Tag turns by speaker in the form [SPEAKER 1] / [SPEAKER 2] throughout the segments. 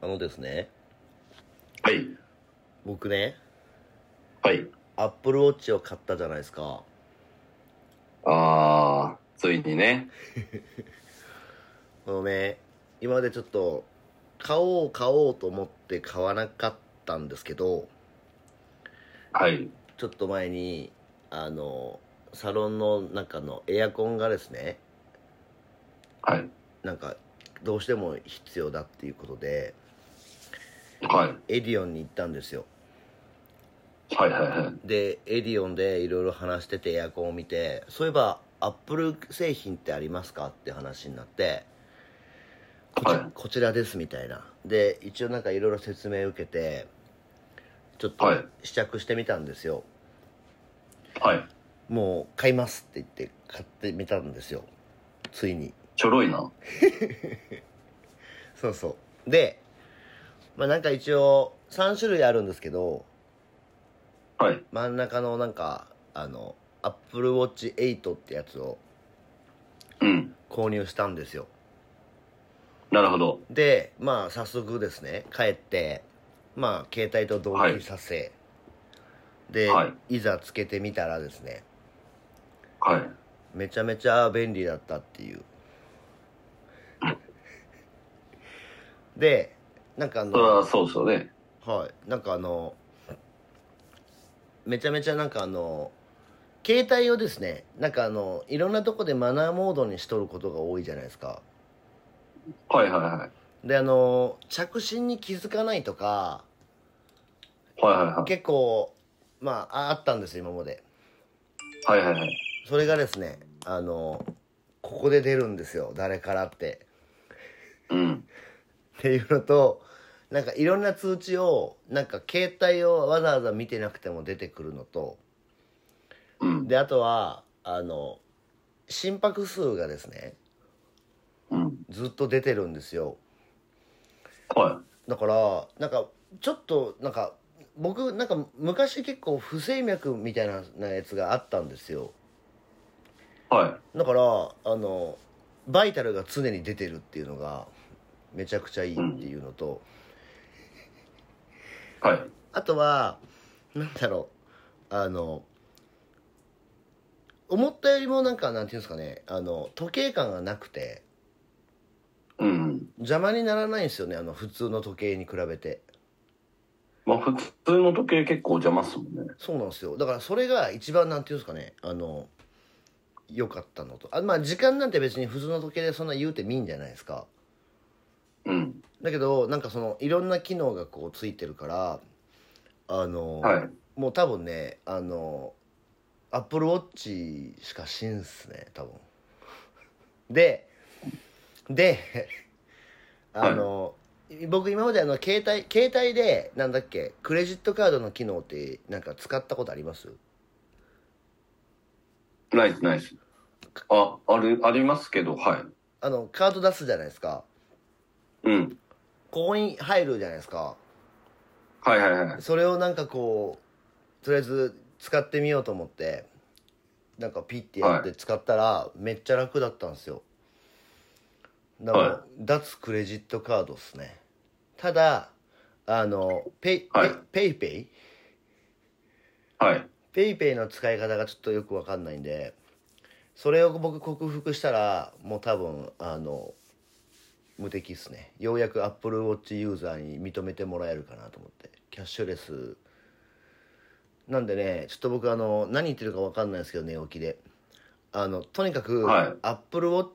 [SPEAKER 1] あのですね
[SPEAKER 2] はい。
[SPEAKER 1] 僕ね
[SPEAKER 2] はい。
[SPEAKER 1] アップルウォッチを買ったじゃないですか
[SPEAKER 2] ああ、ついにね。
[SPEAKER 1] あのね今までちょっと買おう買おうと思って買わなかったんですけど
[SPEAKER 2] はい。
[SPEAKER 1] ちょっと前にあのサロンの中のエアコンがですね
[SPEAKER 2] はい。
[SPEAKER 1] なんかどうしても必要だっていうことで
[SPEAKER 2] は
[SPEAKER 1] エディオンに行ったんですよ
[SPEAKER 2] い。はいはいはい。
[SPEAKER 1] でエディオンでいろいろ話しててエアコンを見てそういえばアップル製品ってありますかって話になってこち,、
[SPEAKER 2] はい
[SPEAKER 1] こちらですみたいなで一応なんかいろいろ説明受けてちょっと
[SPEAKER 2] はい
[SPEAKER 1] 試着してみたんですよ、
[SPEAKER 2] はい。
[SPEAKER 1] もう買いますって言って買ってみたんですよついに
[SPEAKER 2] ちょろいな。
[SPEAKER 1] そうそうでまあなんか一応3種類あるんですけど
[SPEAKER 2] はい。
[SPEAKER 1] 真ん中のなんかあのアップルウォッチ8ってやつを
[SPEAKER 2] うん。
[SPEAKER 1] 購入したんですよ
[SPEAKER 2] なるほど。
[SPEAKER 1] でまあ早速ですね帰ってまあ携帯と同期させ、で、、
[SPEAKER 2] はい
[SPEAKER 1] ざつけてみたらですね
[SPEAKER 2] はい。
[SPEAKER 1] めちゃめちゃ便利だったっていうでなんかあ
[SPEAKER 2] それは
[SPEAKER 1] の
[SPEAKER 2] そうですよね。
[SPEAKER 1] はいなんかあのめちゃめちゃなんかあの携帯をですねなんかあのいろんなとこでマナーモードにしとることが多いじゃないですか
[SPEAKER 2] はいはいはい。
[SPEAKER 1] であの着信に気づかないとか
[SPEAKER 2] はいはい
[SPEAKER 1] 結構まあああったんですよ今まで
[SPEAKER 2] はい。はいはいはい。
[SPEAKER 1] それがですねあのここで出るんですよ誰からって
[SPEAKER 2] うん。
[SPEAKER 1] っていうのとなんかいろんな通知をなんか携帯をわざわざ見てなくても出てくるのと
[SPEAKER 2] うん。
[SPEAKER 1] であとはあの心拍数がですね
[SPEAKER 2] うん。
[SPEAKER 1] ずっと出てるんですよ
[SPEAKER 2] は
[SPEAKER 1] だからなんかちょっとなんか僕なんか昔結構不整脈みたいなやつがあったんですよ
[SPEAKER 2] い。は
[SPEAKER 1] だからあのバイタルが常に出てるっていうのがめちゃくちゃいいっていうのと、
[SPEAKER 2] い。はい。
[SPEAKER 1] あとはなんだろうあの思ったよりもなんかなんていうんですかねあの時計感がなくて
[SPEAKER 2] うん。
[SPEAKER 1] 邪魔にならないんですよねあの普通の時計に比べて
[SPEAKER 2] まあ普通の時計結構邪魔っすもんね。
[SPEAKER 1] そうなんですよだからそれが一番なんていうんですかねあの良かったのとあまあ時間なんて別に普通の時計でそんな言うてみいんじゃないですか
[SPEAKER 2] うん。
[SPEAKER 1] だけどなんかそのいろんな機能がこうついてるからあの、
[SPEAKER 2] はい。
[SPEAKER 1] もう多分ねあのアップルウォッチしかしんっすね多分でで あの、僕今まであの携帯携帯でなんだっけクレジットカードの機能ってなんか使ったことあります
[SPEAKER 2] ナイスナイス。あ、ある、ありますけど、はい。
[SPEAKER 1] あのカード出すじゃないですか
[SPEAKER 2] うん。
[SPEAKER 1] ここに入るじゃないですか
[SPEAKER 2] はいはいはい。
[SPEAKER 1] それをなんかこうとりあえず使ってみようと思ってなんかピッてやって使ったらめっちゃ楽だったんですよだから、
[SPEAKER 2] は
[SPEAKER 1] 脱クレジットカードっすねただあのペイ、
[SPEAKER 2] はい
[SPEAKER 1] ペイペイ
[SPEAKER 2] はい。
[SPEAKER 1] ペイペイの使い方がちょっとよくわかんないんでそれを僕克服したらもう多分あの無敵っすねようやくアップルウォッチユーザーに認めてもらえるかなと思ってキャッシュレスなんでねちょっと僕あの何言ってるかわかんないですけど寝起きであのとにかく、
[SPEAKER 2] はい
[SPEAKER 1] アップルウォッ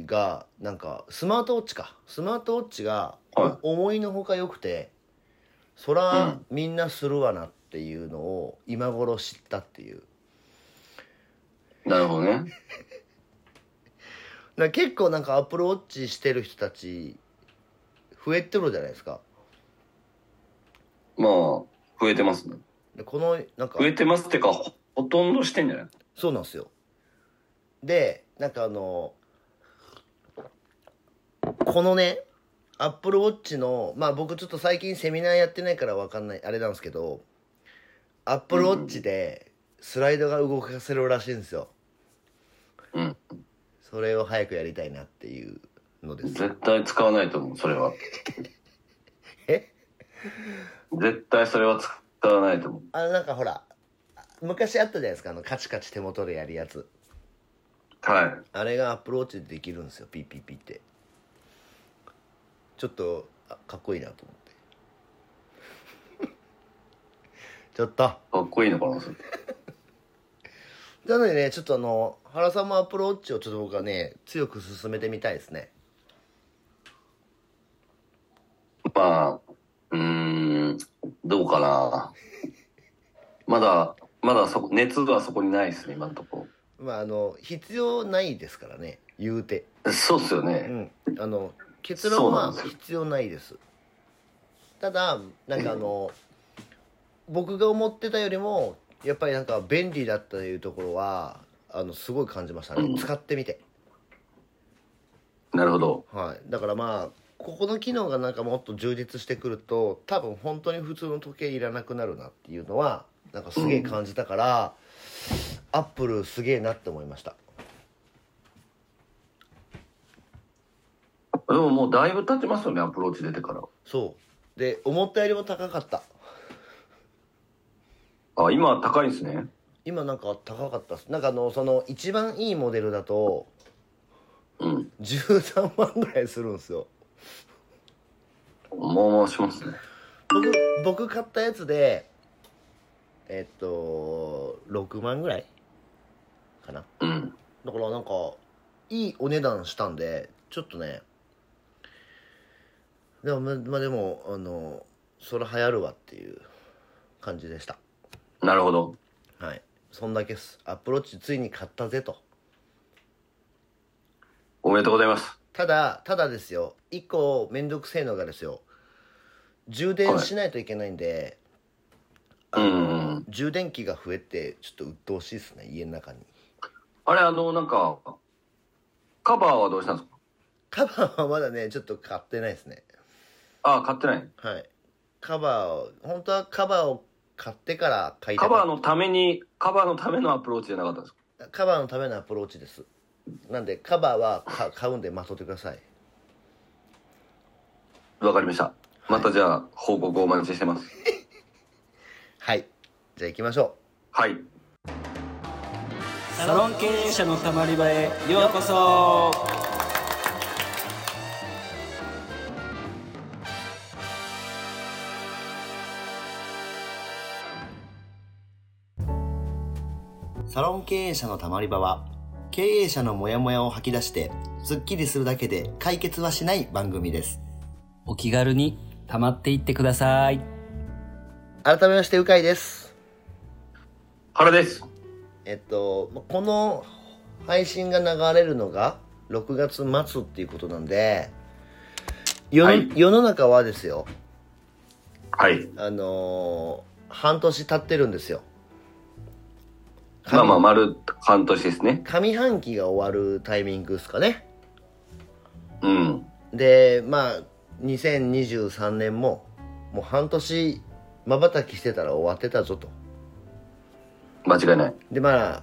[SPEAKER 1] チがなんかスマートウォッチかスマートウォッチが
[SPEAKER 2] は
[SPEAKER 1] 思いのほか良くてそらみんなするわなっていうのを今頃知ったっていう
[SPEAKER 2] なるほどね。
[SPEAKER 1] だから結構なんかアップルウォッチしてる人たち増えてるじゃないですか
[SPEAKER 2] まあ、増えてますね。
[SPEAKER 1] でこのなんか
[SPEAKER 2] 増えてますってか、ほほとんどしてんじゃない
[SPEAKER 1] そうなんですよでなんかあのこのねアップルウォッチのまあ僕ちょっと最近セミナーやってないからわかんないあれなんですけどアップルウォッチでスライドが動かせるらしいんですよ
[SPEAKER 2] うん。
[SPEAKER 1] それを早くやりたいなっていうのです
[SPEAKER 2] 絶対使わないと思う、それは。
[SPEAKER 1] え
[SPEAKER 2] 絶対それは使わないと思う。
[SPEAKER 1] あのなんかほら昔あったじゃないですかあのカチカチ手元でやるやつ
[SPEAKER 2] はい。
[SPEAKER 1] あれがアップローチでできるんですよピッピッピッってちょっとあかっこいいなと思ってちょっと
[SPEAKER 2] かっこいいのかな、それ。
[SPEAKER 1] なのでねちょっとあの原さんもアップローチをちょっと僕はね強く進めてみたいですね
[SPEAKER 2] まあ、うーん、どうかな。まだ、まだそこ、熱がそこにないですね、今のとこ
[SPEAKER 1] まああの必要ないですからね言うて
[SPEAKER 2] ろ。そうっすよ
[SPEAKER 1] う
[SPEAKER 2] ね。
[SPEAKER 1] んあの結
[SPEAKER 2] そ
[SPEAKER 1] 論
[SPEAKER 2] うな
[SPEAKER 1] は
[SPEAKER 2] んですよ
[SPEAKER 1] 必要ないですただなんかあの僕が思ってたよりもやっぱりなんか便利だったというところはあのすごい感じました
[SPEAKER 2] う
[SPEAKER 1] ね
[SPEAKER 2] ん
[SPEAKER 1] 使ってみて
[SPEAKER 2] なるほど。
[SPEAKER 1] はいだからまあここの機能がなんかもっと充実してくると多分本当に普通の時計いらなくなるなっていうのはなんかすげえ感じたから、アップルすげえなって思いました
[SPEAKER 2] でももうだいぶ経ちますよね、アプローチ出てから。
[SPEAKER 1] そうで思ったよりも高かった
[SPEAKER 2] あ、今は高いんですね。
[SPEAKER 1] 今なんか高かったっすなんかあのその一番いいモデルだと
[SPEAKER 2] うん。
[SPEAKER 1] 13万ぐらいするんですよ
[SPEAKER 2] もうもうしますね。
[SPEAKER 1] 僕僕買ったやつでえっと6万ぐらいかな
[SPEAKER 2] うん。
[SPEAKER 1] だからなんかいいお値段したんでちょっとねでもままあでもあのそれ流行るわっていう感じでした
[SPEAKER 2] なるほど。
[SPEAKER 1] はいそんだけっすアップローチついに買ったぜと
[SPEAKER 2] おめでとうございます。
[SPEAKER 1] ただただですよ一個めんどくせえのがですよ充電しないといけないんで、
[SPEAKER 2] はい
[SPEAKER 1] あの
[SPEAKER 2] うんうんうん
[SPEAKER 1] 充電器が増えてちょっと鬱陶しいですね家の中に
[SPEAKER 2] あれ、あの、なんか、カバーはどうしたんですか
[SPEAKER 1] カバーはまだねちょっと買ってないですね
[SPEAKER 2] あ、買ってない。
[SPEAKER 1] はいカバーを本当はカバーを買ってから買い
[SPEAKER 2] カ
[SPEAKER 1] たか
[SPEAKER 2] バー
[SPEAKER 1] っ
[SPEAKER 2] のために、カバーのためのアプローチじゃなかったんですか
[SPEAKER 1] たカバーのためのアプローチですなんでカバーはか買うんで待っとってください
[SPEAKER 2] わかりました。またじゃあ、報告をお待ちしてます。
[SPEAKER 1] はいじゃあ行きましょ
[SPEAKER 2] はい。
[SPEAKER 3] サロン経営者のたまり場へようこそ
[SPEAKER 1] うサロン経営者のたまり場は経営者のモヤモヤを吐き出してスッキリするだけで解決はしない番組です
[SPEAKER 3] お気軽にたまっていってください
[SPEAKER 1] 改めましてうかいです
[SPEAKER 2] 原です。
[SPEAKER 1] えっとまこの配信が流れるのが6月末っていうことなんで世の,、
[SPEAKER 2] はい
[SPEAKER 1] 世の中はですよ
[SPEAKER 2] はい。
[SPEAKER 1] あのー半年経ってるんですよ
[SPEAKER 2] まあまあ、丸半年ですね。
[SPEAKER 1] 上半期が終わるタイミングですかね
[SPEAKER 2] うん。
[SPEAKER 1] でまあ2023年ももう半年まばたきしてたら終わってたぞと
[SPEAKER 2] 間違いない。
[SPEAKER 1] でまあ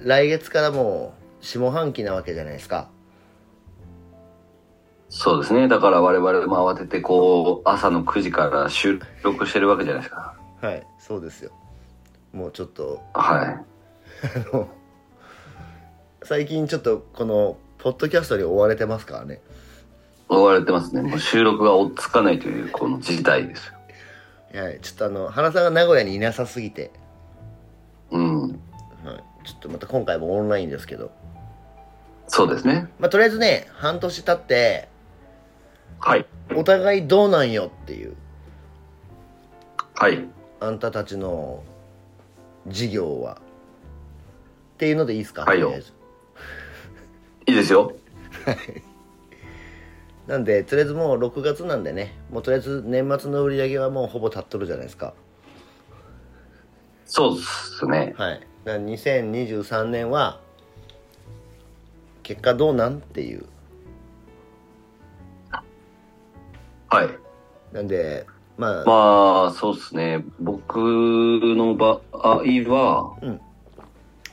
[SPEAKER 1] 来月からもう下半期なわけじゃないですか
[SPEAKER 2] そうですね。だから我々も慌てて、こう、朝の9時から収録してるわけじゃないですか。
[SPEAKER 1] はいそうですよもうちょっと
[SPEAKER 2] はい。
[SPEAKER 1] あの最近ちょっとこのポッドキャストに追われてますからね
[SPEAKER 2] 追われてますね。もう収録が追っつかないという、この事態ですよ。
[SPEAKER 1] はいちょっとあの原さんが名古屋にいなさすぎて、
[SPEAKER 2] うん。
[SPEAKER 1] はい、ちょっとまた今回もオンラインですけど、
[SPEAKER 2] そうですね。
[SPEAKER 1] まあ、とりあえずね半年経って
[SPEAKER 2] はい。
[SPEAKER 1] お互いどうなんよっていう
[SPEAKER 2] はい。
[SPEAKER 1] あんたたちの事業はっていうのでいいですか、
[SPEAKER 2] はいよ
[SPEAKER 1] とりあえず
[SPEAKER 2] いいですよ。
[SPEAKER 1] なんでとりあえずもう6月なんでねもうとりあえず年末の売り上げはもうほぼ立っとるじゃないですか
[SPEAKER 2] そうっすね。
[SPEAKER 1] はい、だから2023年は結果どうなんっていう
[SPEAKER 2] はい。
[SPEAKER 1] なんでまあ、
[SPEAKER 2] まあ、そうっすね。僕の場合は、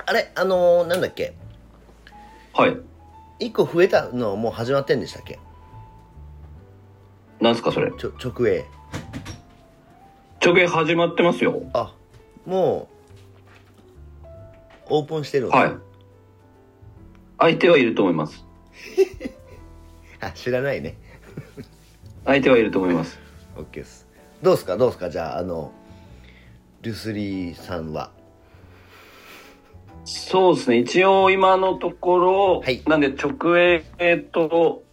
[SPEAKER 1] あれあのーなんだっけ
[SPEAKER 2] はい。
[SPEAKER 1] 1個増えたのもう始まってんでしたっけ
[SPEAKER 2] なんすか、それ。
[SPEAKER 1] ちょ直営
[SPEAKER 2] ちょけ始まってますよ。
[SPEAKER 1] あもうオープンしてるんです
[SPEAKER 2] はい。相手はいると思います。
[SPEAKER 1] あ知らないね
[SPEAKER 2] 相手はいると思います。
[SPEAKER 1] OK ですどうですかどうですかじゃああのルスリーさんは
[SPEAKER 2] そうですね。一応今のところ、
[SPEAKER 1] はい
[SPEAKER 2] なんで直営と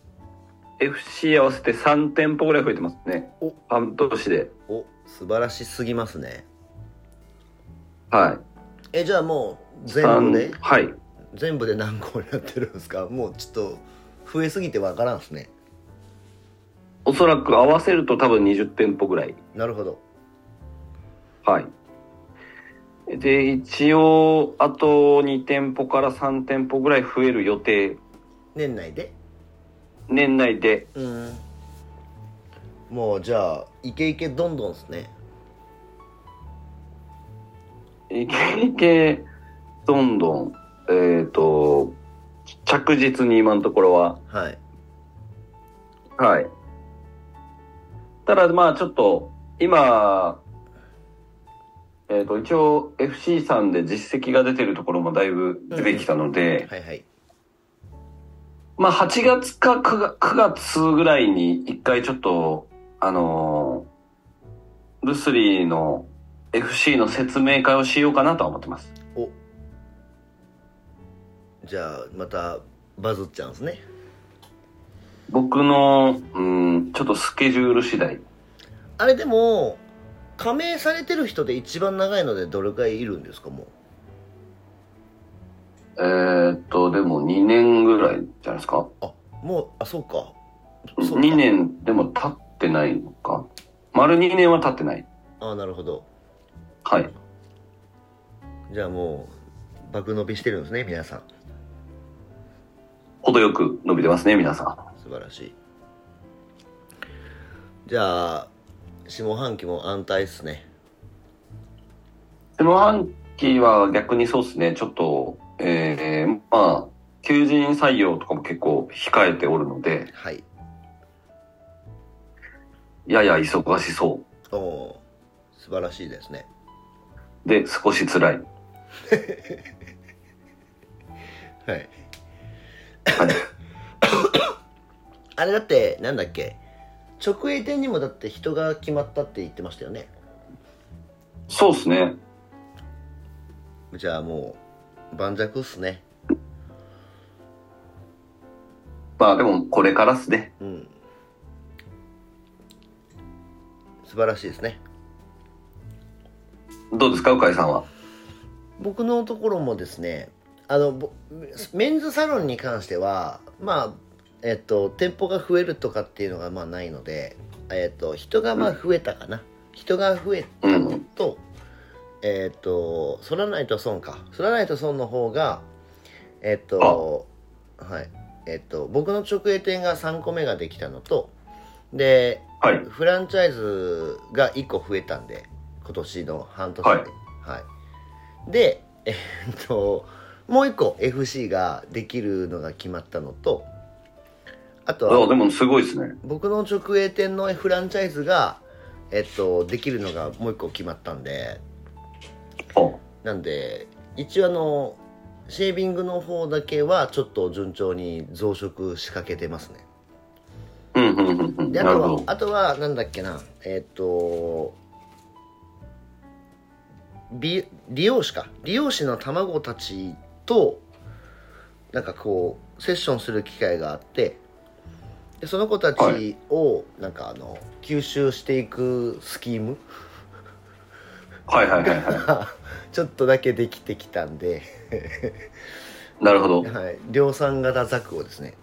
[SPEAKER 2] FC 合わせて3店舗ぐらい増えてますね
[SPEAKER 1] お。
[SPEAKER 2] 半年で。
[SPEAKER 1] お素晴らしすぎますね
[SPEAKER 2] はい。
[SPEAKER 1] えじゃあもう全部で
[SPEAKER 2] 三はい。
[SPEAKER 1] 全部で何個になってるんですかもうちょっと増えすぎてわからんですね
[SPEAKER 2] おそらく合わせると多分20店舗ぐらい。
[SPEAKER 1] なるほど
[SPEAKER 2] はい。で、一応、あと2店舗から3店舗ぐらい増える予定。
[SPEAKER 1] 年内で
[SPEAKER 2] 年内で。
[SPEAKER 1] うんもうじゃあイケイケどんどんですね
[SPEAKER 2] いけいけ、どんどん、えっ、と、着実に今のところは。
[SPEAKER 1] はい
[SPEAKER 2] はい。ただ、まあちょっと、今、えっ、と、一応 FC さんで実績が出てるところもだいぶ出てきたので、
[SPEAKER 1] はいはい
[SPEAKER 2] まあ、8月か 9, が9月ぐらいに一回ちょっと、あのールスリーの FC の説明会をしようかなとは思ってます。
[SPEAKER 1] おじゃあまたバズっちゃうんですね
[SPEAKER 2] 僕の、うん、ちょっとスケジュール次第。
[SPEAKER 1] あれでも加盟されてる人で一番長いのでどれくらいいるんですかも
[SPEAKER 2] えー、っと、でも2年ぐらいじゃないですか。
[SPEAKER 1] うあもうあそうかそうか
[SPEAKER 2] 2年でも経ってないのか。丸2年は経ってない。
[SPEAKER 1] あなるほど
[SPEAKER 2] はい。
[SPEAKER 1] じゃあもう爆伸びしてるんですね皆さん
[SPEAKER 2] 程よく伸びてますね、皆さん。
[SPEAKER 1] 素晴らしいじゃあ下半期も安泰っすね
[SPEAKER 2] 下半期は逆にそうですね、ちょっと、えー、まあ、求人採用とかも結構控えておるので、
[SPEAKER 1] はい
[SPEAKER 2] やや忙しそ
[SPEAKER 1] おおー素晴らしいですね
[SPEAKER 2] う。で、少し辛い。
[SPEAKER 1] はい
[SPEAKER 2] はい
[SPEAKER 1] あれだってなんだっけ直営店にもだって人が決まったって言ってましたよね
[SPEAKER 2] そうですね。
[SPEAKER 1] じゃあもう盤石っすね
[SPEAKER 2] まあでも、これからっすね。
[SPEAKER 1] うん素晴らしいですね
[SPEAKER 2] どうですか、うかいさんは。
[SPEAKER 1] 僕のところもですねあのぼメンズサロンに関してはまあえっと店舗が増えるとかっていうのがまあないので、えっと、人がまあ増えたかな、人が増えたのと、えっと「そらないと損」か「そらないと損」の方がえっとはいえっと僕の直営店が3個目ができたのとで
[SPEAKER 2] はい。
[SPEAKER 1] フランチャイズが1個増えたんで今年の半年では
[SPEAKER 2] はい
[SPEAKER 1] い、でえーっともう1個 FC ができるのが決まったのとあと
[SPEAKER 2] あ
[SPEAKER 1] は
[SPEAKER 2] でも、すごいですね。
[SPEAKER 1] 僕の直営店のフランチャイズが、えっと、できるのがもう1個決まったんで
[SPEAKER 2] あ
[SPEAKER 1] なんで一応あのシェービングの方だけはちょっと順調に増殖仕掛けてますね
[SPEAKER 2] うん、うん、うん、うん。
[SPEAKER 1] であ
[SPEAKER 2] なる
[SPEAKER 1] と
[SPEAKER 2] ほ
[SPEAKER 1] は
[SPEAKER 2] ど。
[SPEAKER 1] あとはなんだっけなえっ、と美理容師か理容師の卵たちとなんかこうセッションする機会があってでその子た
[SPEAKER 2] は
[SPEAKER 1] ちをなんかあの吸収していくスキーム
[SPEAKER 2] はいはいはいは
[SPEAKER 1] が ちょっとだけできてきたんで、
[SPEAKER 2] い。 なるほど。
[SPEAKER 1] はい、量産型ザクをですね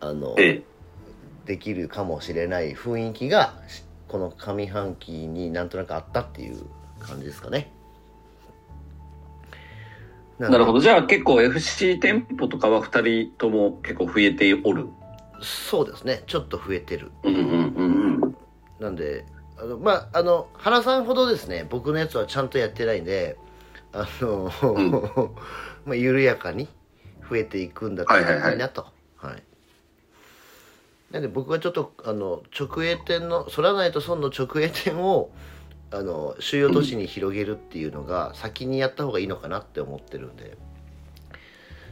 [SPEAKER 1] あの
[SPEAKER 2] ええ。
[SPEAKER 1] できるかもしれない雰囲気がしこの上半期になんとなくあったっていう感じですかね。な
[SPEAKER 2] なるほ
[SPEAKER 1] ど
[SPEAKER 2] ど。じゃあ、結構 FC 店舗とかは2人とも結構増えておる。
[SPEAKER 1] そうですねちょっと増えてる
[SPEAKER 2] うん、うん、うん、うん。
[SPEAKER 1] なんであのまああの原さんほどですね僕のやつはちゃんとやってないんであの、
[SPEAKER 2] ん
[SPEAKER 1] まあ緩やかに増えていくんだった
[SPEAKER 2] はいはいは
[SPEAKER 1] ら
[SPEAKER 2] い
[SPEAKER 1] いいなとはい、なんで僕はちょっとあの直営店の「そらないと損」の直営店をあの主要都市に広げるっていうのが先にやった方がいいのかなって思ってるんで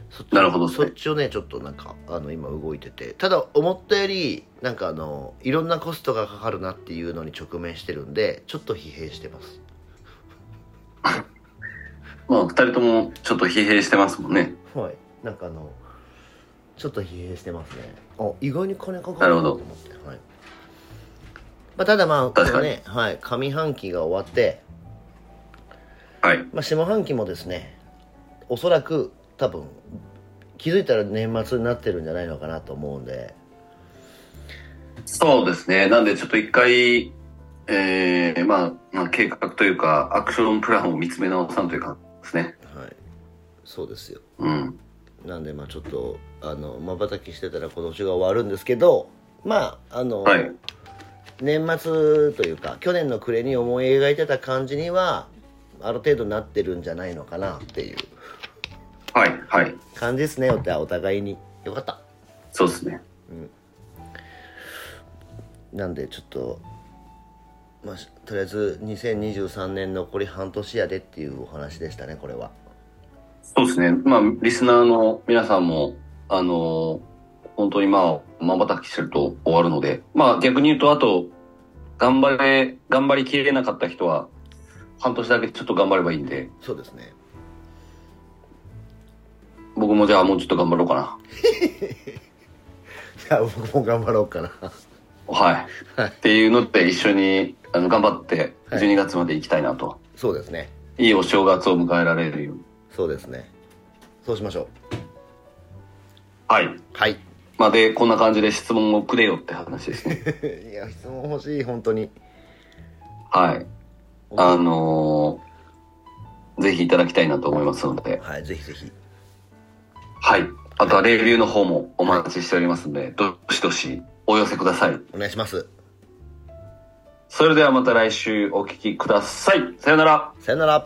[SPEAKER 1] そっち
[SPEAKER 2] なるほど
[SPEAKER 1] そっちをねちょっとなんかあの今動いててただ思ったよりなんかあのいろんなコストがかかるなっていうのに直面してるんでちょっと疲弊してます
[SPEAKER 2] まあ、二人ともちょっと疲弊してますもんね。
[SPEAKER 1] はいなんかあのちょっと疲弊してますねあ意外に金かか
[SPEAKER 2] な
[SPEAKER 1] る
[SPEAKER 2] る
[SPEAKER 1] な
[SPEAKER 2] ほ
[SPEAKER 1] と
[SPEAKER 2] ど
[SPEAKER 1] 思って、はいまあ、ただまあこ
[SPEAKER 2] 確か
[SPEAKER 1] の
[SPEAKER 2] に
[SPEAKER 1] ね、はい、上半期が終わって
[SPEAKER 2] はい。
[SPEAKER 1] まあ、下半期もですねおそらく多分気づいたら年末になってるんじゃないのかなと思うんで
[SPEAKER 2] そうですね。なんで、ちょっと一回、えー、まあ、まあ、計画というか、アクションプランを見つめ直さんというか、ですね。
[SPEAKER 1] はいそうですよ
[SPEAKER 2] うん。
[SPEAKER 1] なんでまあちょっとあのまばたきしてたら今年が終わるんですけどまああの、
[SPEAKER 2] はい
[SPEAKER 1] 年末というか去年の暮れに思い描いてた感じにはある程度なってるんじゃないのかなっていう
[SPEAKER 2] はい、はい。
[SPEAKER 1] 感じですねお互お互いによかった
[SPEAKER 2] そうですね。
[SPEAKER 1] なんでちょっと、まあ、しとりあえず2023年残り半年やでっていうお話でしたねこれは
[SPEAKER 2] そうですね。まあ、リスナーの皆さんも、あのー本当にまあ、まばたきしてると終わるので、まあ逆に言うと、あと、頑張れ、頑張りきれなかった人は、半年だけちょっと頑張ればいいんで、
[SPEAKER 1] そうですね
[SPEAKER 2] 僕もじゃあもうちょっと頑張ろうかな。
[SPEAKER 1] じゃあ僕も頑張ろうかな
[SPEAKER 2] はい。っていうので一緒にあの頑張って
[SPEAKER 1] はい
[SPEAKER 2] 12月まで行きたいなと、
[SPEAKER 1] そうですね
[SPEAKER 2] い、いお正月を迎えられるように。
[SPEAKER 1] そうですねそうしましょ
[SPEAKER 2] はい。
[SPEAKER 1] うはい
[SPEAKER 2] まあで、こんな感じで質問をくれよって話です ね。
[SPEAKER 1] いや質問欲しい本当に
[SPEAKER 2] はい。あのーぜひいただきたいなと思いますので、
[SPEAKER 1] はいぜひぜひ
[SPEAKER 2] はい。あとはレビューの方もお待ちしておりますので、どしどしお寄せください。
[SPEAKER 1] お願いします
[SPEAKER 2] それではまた来週お聞きください。さよなら。
[SPEAKER 1] さよなら